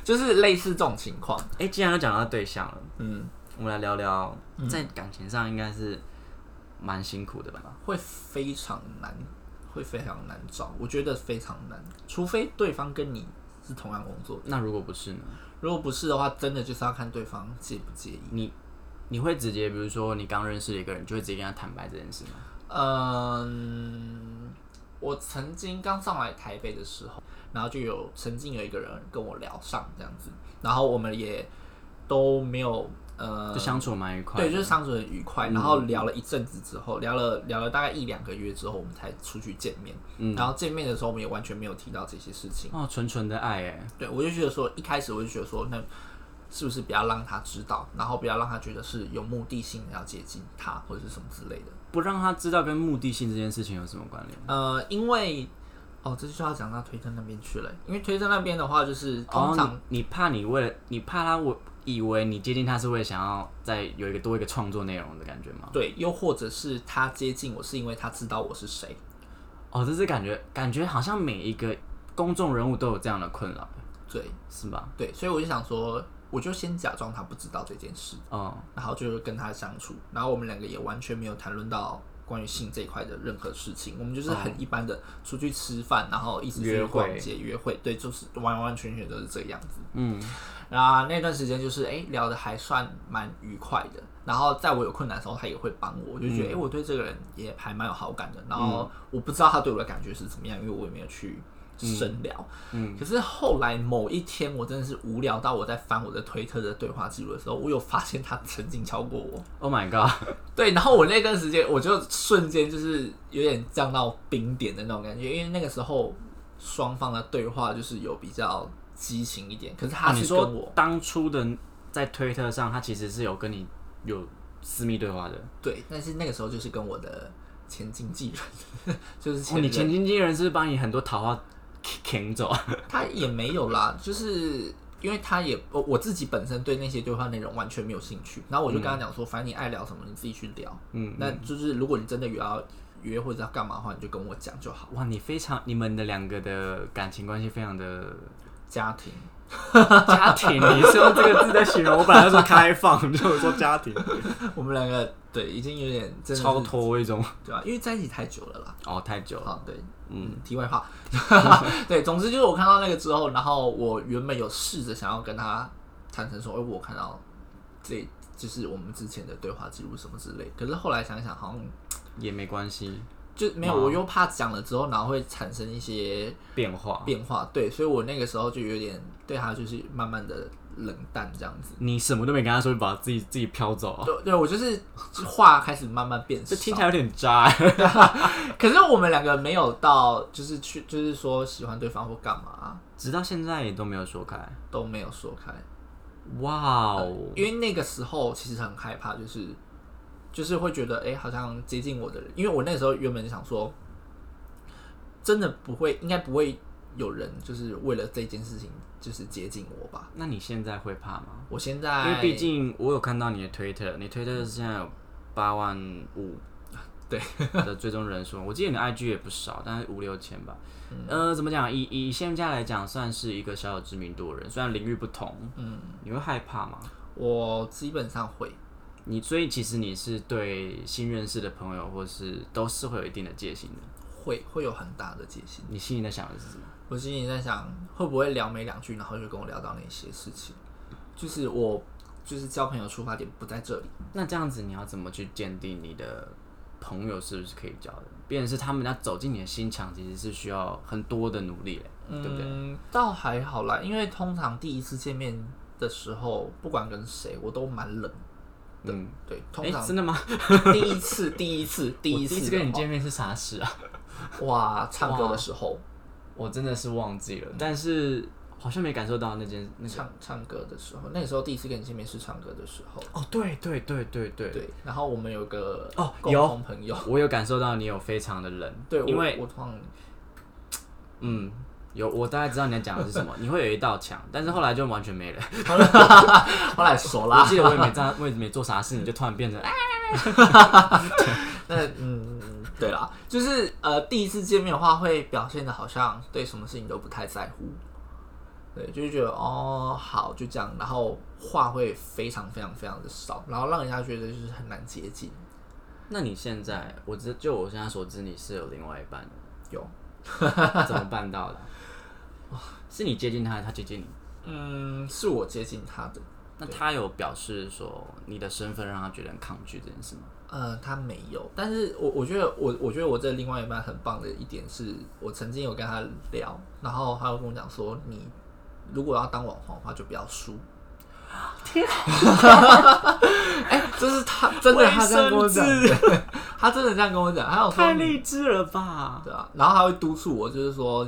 Speaker 3: 就是类似这种情况。
Speaker 2: 哎，既然要讲到对象了，
Speaker 3: 嗯，
Speaker 2: 我们来聊聊在感情上应该是蛮辛苦的吧？
Speaker 3: 啊会非常难，会非常难找，我觉得非常难，除非对方跟你是同样工作。
Speaker 2: 那如果不是呢？
Speaker 3: 如果不是的话，真的就是要看对方介不介意。
Speaker 2: 你你会直接，比如说你刚认识一个人，你就会直接跟他坦白这件事吗？
Speaker 3: 嗯，我曾经刚上来台北的时候，然后就有曾经有一个人跟我聊上这样子，然后我们也都没有呃
Speaker 2: 就，相处蛮愉快的。
Speaker 3: 对，就是相处很愉快，
Speaker 2: 嗯
Speaker 3: 然后聊了一阵子之后，聊了聊了大概一两个月之后，我们才出去见面。
Speaker 2: 嗯，
Speaker 3: 然后见面的时候，我们也完全没有提到这些事情。
Speaker 2: 哦，纯纯的爱哎。
Speaker 3: 对我就觉得说，一开始我就觉得说，那是不是不要让他知道，然后不要让他觉得是有目的性的要接近他或者是什么之类的。
Speaker 2: 不让他知道跟目的性这件事情有什么关联？
Speaker 3: 呃，因为哦，这就要讲到推特那边去了，因为推特那边的话，就是通常、
Speaker 2: 哦，你你怕你为了你怕他我以为你接近他是为了想要再有一个多一个创作内容的感觉吗？
Speaker 3: 对，又或者是他接近我是因为他知道我是谁，
Speaker 2: 哦，这是感觉感觉好像每一个公众人物都有这样的困扰，
Speaker 3: 对
Speaker 2: 是吧？
Speaker 3: 对，所以我就想说，我就先假装他不知道这件事，
Speaker 2: 嗯，
Speaker 3: 然后就跟他相处，然后我们两个也完全没有谈论到关于性这一块的任何事情，我们就是很一般的出去吃饭，然后一起去
Speaker 2: 约会
Speaker 3: 逛街约会，对，就是完完全全都是这个样子。
Speaker 2: 嗯，
Speaker 3: 然后那段时间就是哎、诶聊的还算蛮愉快的，然后在我有困难的时候，他也会帮我，我就觉得哎、诶我对这个人也还蛮有好感的。然后我不知道他对我的感觉是怎么样，因为我也没有去深聊。嗯，可是后来某一天，我真的是无聊到我在翻我的推特的对话记录的时候，我有发现他曾经敲过我。
Speaker 2: Oh my god！
Speaker 3: 对，然后我那段时间我就瞬间就是有点降到冰点的那种感觉，因为那个时候双方的对话就是有比较激情一点，可是他
Speaker 2: 啊，你
Speaker 3: 是跟我。
Speaker 2: 说当初的在推特上，他其实是有跟你有私密对话的。
Speaker 3: 对，但是那个时候就是跟我的前经纪人，就是
Speaker 2: 哦，
Speaker 3: 前
Speaker 2: 你
Speaker 3: 任、
Speaker 2: 前经纪人是不是把你很多桃花舔走啊？
Speaker 3: 他也没有啦，就是因为他也我我自己本身对那些对话内容完全没有兴趣，然后我就跟他讲说，反正你爱聊什么你自己去聊，
Speaker 2: 嗯，
Speaker 3: 那就是如果你真的有要约或者要干嘛的话，你就跟我讲就好。
Speaker 2: 哇，你非常你们的两个的感情关系非常的
Speaker 3: 家庭，
Speaker 2: 家庭，你是用这个字在形容？我本来要说开放， 就我说家庭，
Speaker 3: 我们两个对已经有点真的是
Speaker 2: 超脱一种
Speaker 3: 对啊吧、因为在一起太久了啦。
Speaker 2: 哦，太久了。
Speaker 3: 好，对，
Speaker 2: 嗯
Speaker 3: 嗯，题外话， 对，总之就是我看到那个之后，然后我原本有试着想要跟他坦诚说，哎、我看到这就是我们之前的对话记录什么之类，可是后来想想，好像
Speaker 2: 也没关系，
Speaker 3: 就没有，
Speaker 2: 嗯
Speaker 3: 我又怕讲了之后，然后会产生一些
Speaker 2: 变化。
Speaker 3: 变化，对，所以我那个时候就有点对他就是慢慢的冷淡这样子。
Speaker 2: 你什么都没跟他说，把自己自己飘走啊，
Speaker 3: 对，对我就是话开始慢慢变少，
Speaker 2: 这听起来有点渣、欸。
Speaker 3: 可是我们两个没有到，就是去，就是说喜欢对方或干嘛
Speaker 2: 直到现在也都没有说开。
Speaker 3: 都没有说开。
Speaker 2: 哇哦，
Speaker 3: 因为那个时候其实很害怕，就是就是会觉得，哎、好像接近我的人，因为我那时候原本想说，真的不会，应该不会有人就是为了这件事情就是接近我吧。
Speaker 2: 那你现在会怕吗？
Speaker 3: 我现
Speaker 2: 因为
Speaker 3: 在
Speaker 2: 毕竟我有看到你的推特，你推特现在有八万 五
Speaker 3: 对
Speaker 2: 的追踪人数，我记得你的 IG 也不少，但是五六千吧。呃，怎么讲？以以现在来讲，算是一个小有知名度的人，虽然领域不同，嗯，你会害怕吗？
Speaker 3: 我基本上会，
Speaker 2: 你所以其实你是对新认识的朋友，或是都是会有一定的戒心的。
Speaker 3: 会会有很大的戒心。
Speaker 2: 你心里在想的是什么？
Speaker 3: 我心里在想，会不会聊没两句，然后就跟我聊到那些事情，就是我就是交朋友出发点不在这里。
Speaker 2: 那这样子你要怎么去鉴定你的朋友是不是可以交的？变成是他们要走进你的心墙，其实是需要很多的努力嘞，对不对？
Speaker 3: 嗯，倒还好啦，因为通常第一次见面的时候，不管跟谁，我都蛮冷。
Speaker 2: 嗯，
Speaker 3: 对，通
Speaker 2: 哎、
Speaker 3: 常
Speaker 2: 真的吗？
Speaker 3: 第一次，第一次，第一
Speaker 2: 我第一
Speaker 3: 次
Speaker 2: 次
Speaker 3: 的
Speaker 2: 跟你
Speaker 3: 话
Speaker 2: 见面是啥事啊？
Speaker 3: 哇，唱歌的时候，
Speaker 2: 我真的是忘记了，但是好像没感受到那件那个。
Speaker 3: 唱唱歌的时候，那个时候第一次跟你见面是唱歌的时候。
Speaker 2: 哦，对对对对对，
Speaker 3: 对，然后我们有个
Speaker 2: 哦
Speaker 3: 共
Speaker 2: 有
Speaker 3: 同朋友，
Speaker 2: 我有感受到你有非常的冷，
Speaker 3: 对，我
Speaker 2: 因为
Speaker 3: 我通常
Speaker 2: 嗯。有，我大概知道你在讲的是什么。你会有一道墙，但是后来就完全没了。
Speaker 3: 后来熟
Speaker 2: 我
Speaker 3: 啦。
Speaker 2: 记得我也没在，我也没做啥事，你就突然变成哎，
Speaker 3: 那 嗯，对啦，就是呃，第一次见面的话，会表现的好像对什么事情都不太在乎，对，就是觉得哦好就这样，然后话会非常非常非常的少，然后让人家觉得就是很难接近。
Speaker 2: 那你现在，我知就我现在所知，你是有另外一半
Speaker 3: 有，
Speaker 2: 的，怎么办到的？是你接近他，他接近你，
Speaker 3: 嗯，是我接近他的，
Speaker 2: 那他有表示说你的身份让他觉得很抗拒这件事吗？
Speaker 3: 呃，他没有，但是我我觉得我我觉得我这另外一半很棒的一点是，我曾经有跟他聊，然后他又跟我讲说，你如果要当网红的话，就不要输。天，哎、这是他真的，他这样跟我讲
Speaker 2: 卫
Speaker 3: 的，他真的这样跟我讲，他有哦说你
Speaker 2: 志了吧！
Speaker 3: 对啊，然后他会督促我，就是说，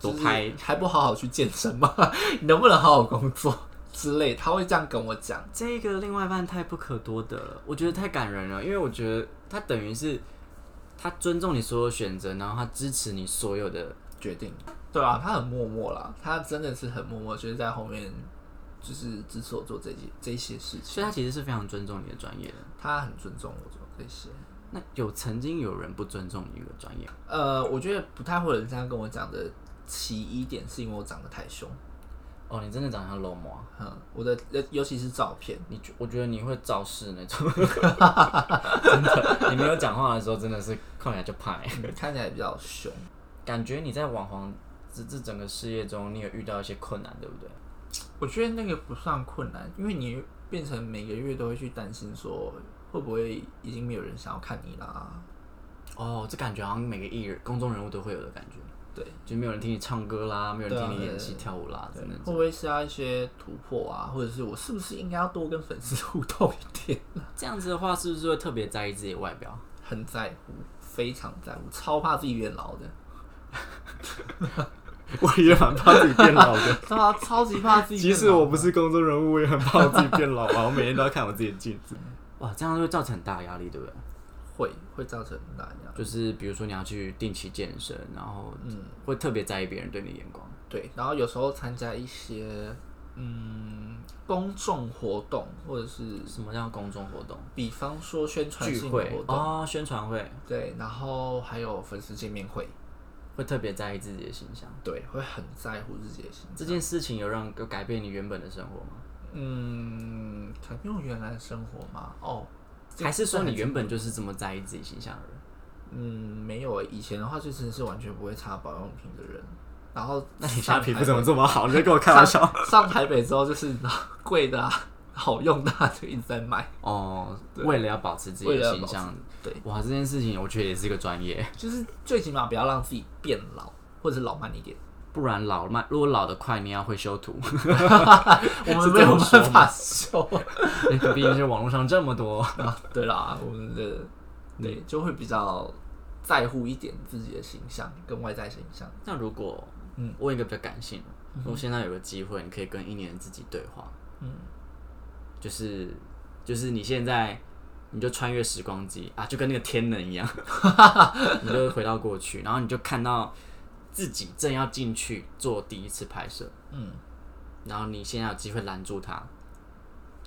Speaker 2: 多
Speaker 3: 就是
Speaker 2: 拍
Speaker 3: 还不好好去健身吗？ 你能不能好好工作之类？他会这样跟我讲。
Speaker 2: 这个另外一半太不可多得了，我觉得太感人了，因为我觉得他等于是他尊重你所有选择，然后他支持你所有的
Speaker 3: 决定。对啊，他很默默啦，他真的是很默默，就是在后面就是支持我做这些这些事情，
Speaker 2: 所以他其实是非常尊重你的专业的。
Speaker 3: 他很尊重我做这些。
Speaker 2: 那有曾经有人不尊重你的专业吗？
Speaker 3: 呃，我觉得不太会有人这样跟我讲的，其一点是因为我长得太凶，
Speaker 2: 哦，你真的长得像 Lomo 啊！
Speaker 3: 嗯，我的呃尤其是照 片，
Speaker 2: 你觉我觉得你会肇事那 种，真的，你没有讲话的时候真的是看起来就怕欸、
Speaker 3: 嗯看起来比较凶。
Speaker 2: 感觉你在网红这这整个事业中，你有遇到一些困难，对不对？
Speaker 3: 我觉得那个不算困难，因为你变成每个月都会去担心说会不会已经没有人想要看你啦。
Speaker 2: 哦，这感觉好像每个艺人、公众人物都会有的感觉，
Speaker 3: 对，
Speaker 2: 就没有人听你唱歌啦，没有人
Speaker 3: 对啊
Speaker 2: 听你
Speaker 3: 对
Speaker 2: 演戏、
Speaker 3: 对
Speaker 2: 跳舞啦，
Speaker 3: 对
Speaker 2: 真的。
Speaker 3: 会不会是要一些突破啊，或者是我是不是应该要多跟粉丝互动一点？
Speaker 2: 这样子的话，是不是会特别在意自己的外表？
Speaker 3: 很在乎，非常在乎，超怕自己变老的，
Speaker 2: 我也蛮怕自己变老的。
Speaker 3: 对啊，超级怕自己。
Speaker 2: 即使我不，是公众人物，我也很怕我自己变老啊！我 每天都要看我自己的镜子。哇，这样会造成很大的压力，对不对？
Speaker 3: 会会造成很大压力。
Speaker 2: 就是比如说你要去定期健身，然后
Speaker 3: 嗯
Speaker 2: 会特别在意别人对你的眼光。
Speaker 3: 对，然后有时候参加一些嗯公众活动，或者是
Speaker 2: 什么叫公众活动？
Speaker 3: 比方说宣传
Speaker 2: 聚
Speaker 3: 性的
Speaker 2: 会
Speaker 3: 活动，
Speaker 2: 哦，宣传会
Speaker 3: 对，然后还有粉丝见面会，
Speaker 2: 会特别在意自己的形象。
Speaker 3: 对，会很在乎自己的心
Speaker 2: 这
Speaker 3: 情。
Speaker 2: 件事情有让有改变你原本的生活吗？
Speaker 3: 嗯，改变我原来的生活吗？哦，这
Speaker 2: 还是说
Speaker 3: 这
Speaker 2: 你
Speaker 3: 很
Speaker 2: 原本就是这么在意自己形象的人？
Speaker 3: 嗯没有欸，以前的话就真的是完全不会擦保养品的人。然后
Speaker 2: 那你
Speaker 3: 上
Speaker 2: 现在皮
Speaker 3: 台
Speaker 2: 肤怎么这么好？你在跟我开
Speaker 3: 上
Speaker 2: 玩笑？
Speaker 3: 上台北之后就是你知道贵的、啊、好用的、啊、就一直在买。
Speaker 2: 哦，为了要保持自己
Speaker 3: 为了
Speaker 2: 的
Speaker 3: 要
Speaker 2: 形
Speaker 3: 保持
Speaker 2: 象，
Speaker 3: 对，
Speaker 2: 哇，这件事情我觉得也是一个专业，
Speaker 3: 就是最起码不要让自己变老，或者是老慢一 点。
Speaker 2: 不然老慢，如果老的快，你要会修图，
Speaker 3: 我
Speaker 2: 是
Speaker 3: 们
Speaker 2: 这
Speaker 3: 没有
Speaker 2: 么说
Speaker 3: 办法修。
Speaker 2: 毕竟是网络上这么多。
Speaker 3: 对啦，我们的对
Speaker 2: 嗯
Speaker 3: 就会比较在乎一点自己的形象跟外在形象。
Speaker 2: 那如果，嗯
Speaker 3: 嗯，
Speaker 2: 问一个比较感性的，如果现在有个机会，你可以跟一年的自己对话，
Speaker 3: 嗯，
Speaker 2: 就是就是你现在你就穿越时光机啊，就跟那个天能 一样，你就回到过去，然后你就看到自己正要进去做第一次拍摄，
Speaker 3: 嗯，
Speaker 2: 然后你现在有机会拦住他，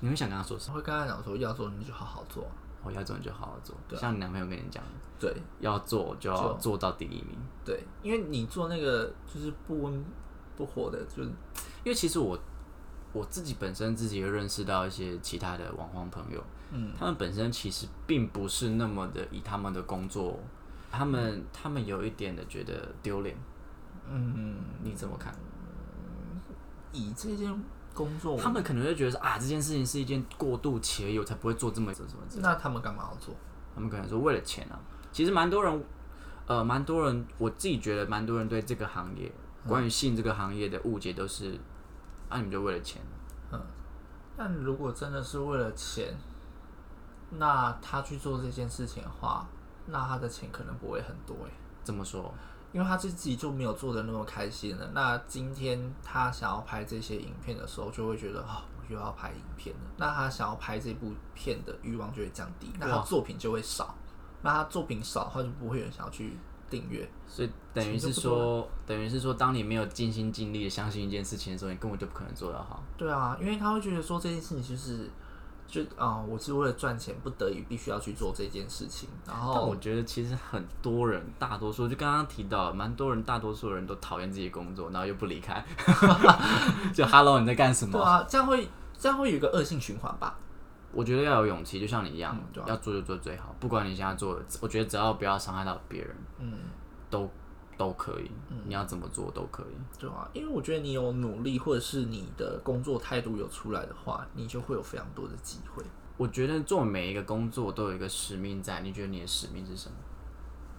Speaker 2: 你会想跟他说什么？
Speaker 3: 我会跟他讲说，要做你就好好做。
Speaker 2: 我、哦要做你就好好做，
Speaker 3: 对啊
Speaker 2: 像你男朋友跟你讲，
Speaker 3: 对
Speaker 2: 要做就要
Speaker 3: 就
Speaker 2: 做到第一名。
Speaker 3: 对，因为你做那个就是不温不火的，就是
Speaker 2: 因为其实我我自己本身自己也认识到一些其他的网红朋友，
Speaker 3: 嗯，
Speaker 2: 他们本身其实并不是那么的以他们的工作，他们他们有一点的觉得丢脸，
Speaker 3: 嗯，
Speaker 2: 你怎么看？
Speaker 3: 以这件工作为，
Speaker 2: 他们可能会觉得说啊，这件事情是一件过度且有，才不会做这么什么什么之类的。
Speaker 3: 那他们干嘛要做？
Speaker 2: 他们可能说为了钱啊，其实蛮多人，呃，蛮多人，我自己觉得蛮多人对这个行业，关于性这个行业的误解都是，啊，你们就为了钱。
Speaker 3: 但如果真的是为了钱，那他去做这件事情的话，那他的钱可能不会很多诶，
Speaker 2: 这么说，
Speaker 3: 因为他自己就没有做的那么开心了。那今天他想要拍这些影片的时候，就会觉得啊、我又要拍影片了。那他想要拍这部片的欲望就会降低，那他
Speaker 2: 哇
Speaker 3: 作品就会少。那他作品少的话，就不会有人想要去订阅。
Speaker 2: 所以等于是
Speaker 3: 钱就不
Speaker 2: 说，等于是说，当你没有尽心尽力的相信一件事情的时候，你根本就不可能做到好。
Speaker 3: 对啊，因为他会觉得说这件事情就是。就啊、我是为了赚钱，不得已必须要去做这件事情。然后，
Speaker 2: 但我觉得其实很多人，大多数就刚刚提到，蛮多人，大多数人都讨厌自己的工作，然后又不离开， 就 Hello 你在干什
Speaker 3: 对
Speaker 2: 么？
Speaker 3: 啊，这样会这样会有一个恶性循环吧？
Speaker 2: 我觉得要有勇气，就像你一样，
Speaker 3: 嗯对啊
Speaker 2: 要做就做最好，不管你现在做的，我觉得只要不要伤害到别人，
Speaker 3: 嗯，
Speaker 2: 都都可以，你要怎么做都可以。
Speaker 3: 对啊，因为我觉得你有努力，或者是你的工作态度有出来的话，你就会有非常多的机会。
Speaker 2: 我觉得做每一个工作都有一个使命在，你觉得你的使命是什么？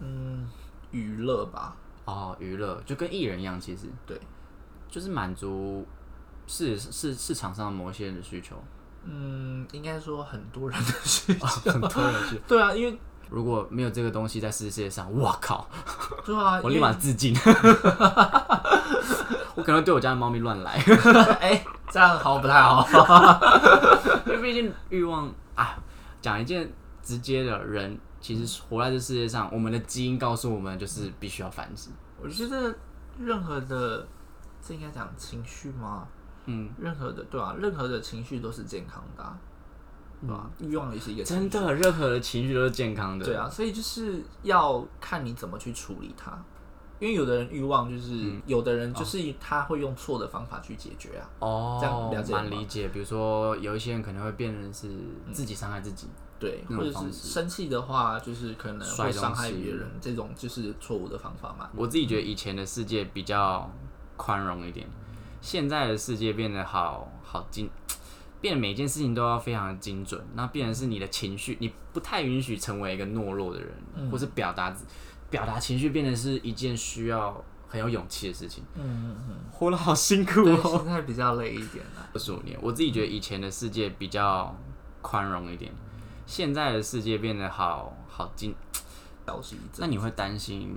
Speaker 3: 嗯，娱乐吧，
Speaker 2: 哦，娱乐就跟艺人一样，其实
Speaker 3: 对，
Speaker 2: 就是满足市市市场上某些人的 需求。
Speaker 3: 嗯，应该说很多人的需求。
Speaker 2: 很多人 是，
Speaker 3: 对啊，因为
Speaker 2: 如果没有这个东西在世界上，我靠，
Speaker 3: 对啊，
Speaker 2: 我立马自尽。 我可能对我家的猫咪乱来，
Speaker 3: 因为 哎、这样好像不太好。
Speaker 2: 因为毕竟欲望啊，讲一件直接的人，其实活在这世界上，我们的基因告诉我们就是必须要繁殖。
Speaker 3: 我觉得任何的，这应该讲情绪吗？
Speaker 2: 嗯，
Speaker 3: 任何的，对啊，任何的情绪都是健康的、啊，对吧、
Speaker 2: 嗯
Speaker 3: 欲望也是一个
Speaker 2: 真的，任何的情绪都是健康的。
Speaker 3: 对啊，所以就是要看你怎么去处理它，因为有的人欲望就是，
Speaker 2: 嗯
Speaker 3: 有的人就是他会用错的方法去解决啊。这样
Speaker 2: 哦
Speaker 3: 了，解
Speaker 2: 蛮
Speaker 3: 吗
Speaker 2: 理解。比如说，有一些人可能会变成是自己伤害自己，
Speaker 3: 对，
Speaker 2: 那
Speaker 3: 或
Speaker 2: 种
Speaker 3: 者
Speaker 2: 方
Speaker 3: 是生气的话，就是可能
Speaker 2: 摔
Speaker 3: 会
Speaker 2: 东
Speaker 3: 伤害
Speaker 2: 西
Speaker 3: 别人，这种就是错误的方 法嘛。
Speaker 2: 我自己觉得以前的世界比较宽容一点，现在的世界变得好好精，变得每件事情都要非常的精准。那变成是你的情绪，你不太允许成为一个懦弱的人，
Speaker 3: 嗯
Speaker 2: 或是表达自表达情绪变得是一件需要很有勇气的事情。
Speaker 3: 嗯嗯嗯，
Speaker 2: 活得好辛苦
Speaker 3: 对，
Speaker 2: 哦。
Speaker 3: 现在比较累一点啊啦。
Speaker 2: 二十五年，我自己觉得以前的世界比较宽容一点，现在的世界变得好好精
Speaker 3: 消息一阵
Speaker 2: 那你会担心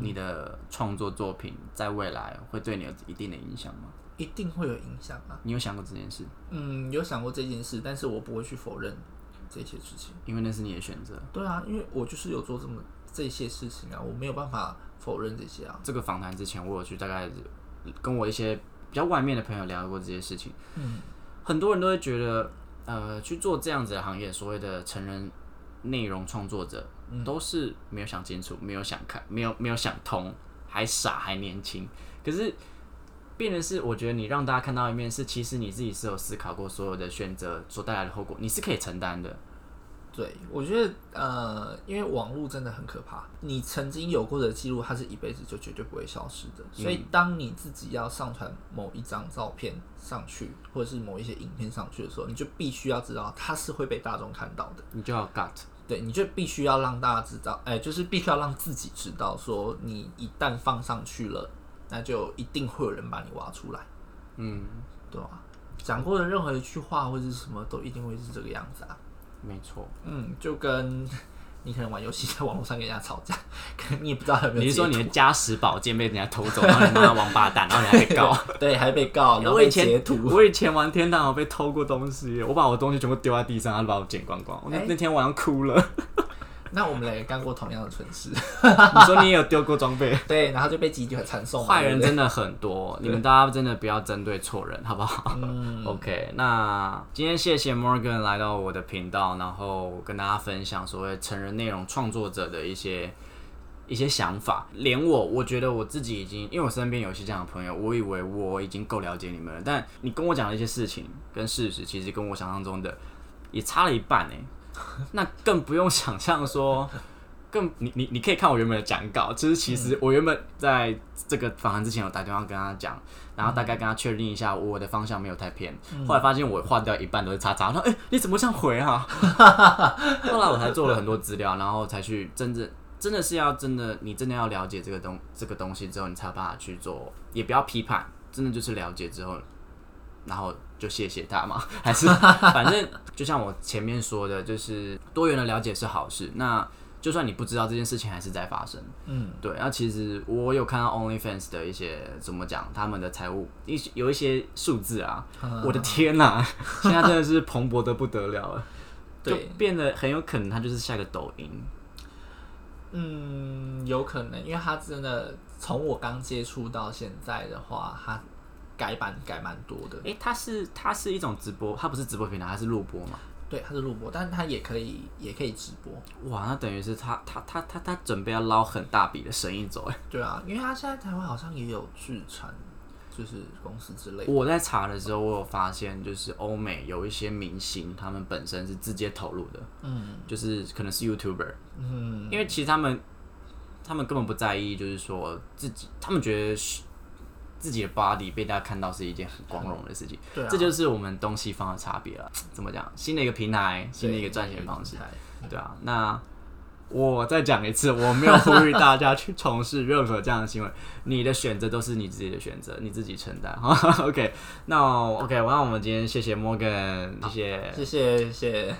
Speaker 2: 你的创作作品在未来会对你有一定的影响吗？
Speaker 3: 一定会有影响啊。
Speaker 2: 你有想过这件事？
Speaker 3: 嗯，有想过这件事，但是我不会去否认这些事情。
Speaker 2: 因为那是你的选择。
Speaker 3: 对啊，因为我就是有做这么这些事情啊，我没有办法否认这些啊。
Speaker 2: 这个访谈之前，我有去大概跟我一些比较外面的朋友聊过这些事情。
Speaker 3: 嗯，
Speaker 2: 很多人都会觉得，呃，去做这样子的行业，所谓的成人内容创作者，
Speaker 3: 嗯
Speaker 2: 都是没有想清楚，没有想看，没有没有想通，还傻，还年轻。可是，变成是我觉得你让大家看到一面是，其实你自己是有思考过所有的选择所带来的后果，你是可以承担的。
Speaker 3: 对，我觉得呃，因为网络真的很可怕，你曾经有过的记录，它是一辈子就绝对不会消失的。所以，当你自己要上传某一张照片上去，或者是某一些影片上去的时候，你就必须要知道它是会被大众看到的。
Speaker 2: 你就要 gut，
Speaker 3: 对，你就必须要让大家知道，哎、就是必须要让自己知道，说你一旦放上去了，那就一定会有人把你挖出来，
Speaker 2: 嗯，
Speaker 3: 对吧？讲过的任何一句话或者是什么，都一定会是这个样子啊。
Speaker 2: 没错。
Speaker 3: 嗯，就跟你可能玩游戏在网络上跟人家吵架， 可能你也不知道有没有
Speaker 2: 你是说
Speaker 3: 截
Speaker 2: 你的家史宝剑被人家偷走，然后你妈王八蛋，然后你还被告？
Speaker 3: 图对，还被告，然后
Speaker 2: 我以
Speaker 3: 被截
Speaker 2: 前
Speaker 3: 图。
Speaker 2: 我以前玩天堂，我被偷过东西，我把我东西全部丢在地上，他就把我捡光光。我那、
Speaker 3: 哎
Speaker 2: 那天晚上哭 了。
Speaker 3: 那我们俩也干过同样的蠢事，
Speaker 2: 你说你也有丢过装备？
Speaker 3: 对，然后就被集体惨送嘛。
Speaker 2: 坏
Speaker 3: 对
Speaker 2: 人
Speaker 3: 不对
Speaker 2: 真的很 多，你们大家真的不要针对错人，好不好、o
Speaker 3: 嗯
Speaker 2: k 那今天谢谢 Morgan 来到我的频道，然后跟大家分享所谓成人内容创作者的一些一些想法。连我，我觉得我自己已经，因为我身边有一些这样的朋友，我以为我已经够了解你们了，但你跟我讲的一些事情跟事实，其实跟我想象中的也差了一半 哎、那更不用想象说，更你你你可以看我原本的讲稿，就是其实我原本在这个访谈之前有打电话跟他讲，然后大概跟他确认一下我的方向没有太偏，后来发现我换掉一半都是叉叉，他说哎、你怎么这样回啊？ 后来我才做了很多资料，然后才去真正。真的是要真的，你真的要了解这个东这个东西之后，你才有办法去做，也不要批判，真的就是了解之后，然后就谢谢他嘛， 还是反正就像我前面说的，就是多元的了解是好事。那就算你不知道这件事情，还是在发生。
Speaker 3: 嗯，
Speaker 2: 对，那其实我有看到 OnlyFans 的一些怎么讲，他们的财务一些有一些数字啊，
Speaker 3: 嗯
Speaker 2: 我的天呐、 现在真的是蓬勃的不得了了，就
Speaker 3: 对，
Speaker 2: 变得很有可能它就是下一个抖音。
Speaker 3: 嗯，有可能，因为他真的从我刚接触到现在的话，他改版改蛮多的。
Speaker 2: 诶，它是它是一种直播，它不是直播平台，它是录播嘛？
Speaker 3: 对，他是录播，但是他也可以也可以直播。
Speaker 2: 哇，那等于是他他他他他准备要捞很大笔的生意走诶。
Speaker 3: 对啊，因为他现在台湾好像也有制产，就是公司之类的。
Speaker 2: 我在查的时候，我有发现，就是欧美有一些明星，他们本身是直接投入的，
Speaker 3: 嗯
Speaker 2: 就是可能是 YouTuber，
Speaker 3: 嗯，
Speaker 2: 因为其实他们他们根本不在意，就是说自己，他们觉得是自己的 body 被大家看到是一件很光荣的事情，
Speaker 3: 对啊，
Speaker 2: 这就是我们东西方的差别了。怎么讲？新的一个平台，新的
Speaker 3: 对
Speaker 2: 一个赚钱方式。。
Speaker 3: 对
Speaker 2: 对啊，那我再讲一次，我没有呼吁大家去从事任何这样的行为， 你的选择都是你自己的选择，你自己承担。OK，那 OK，那我们今天谢谢 Morgan，谢谢。
Speaker 3: 谢谢谢谢，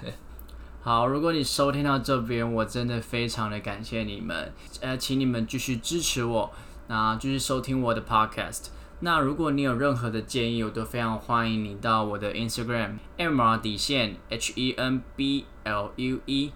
Speaker 2: 好，如果你收听到这边，我真的非常的感谢你们，呃，请你们继续支持我，那继续收听我的 podcast。那如果你有任何的建议，我都非常欢迎你到我的 Instagram M R 底线 H E N B L U E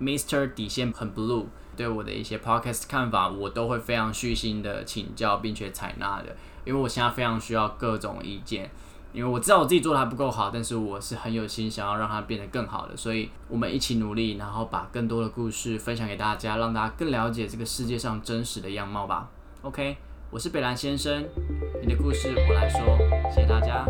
Speaker 2: Mr 底线很 blue 对我的一些 podcast 看法，我都会非常虚心的请教并且采纳的，因为我现在非常需要各种意见，因为我知道我自己做的还不够好，但是我是很有心想要让它变得更好的，所以我们一起努力，然后把更多的故事分享给大家，让大家更了解这个世界上真实的样貌吧。OK，我是北兰先生，你的故事我来说，谢谢大家，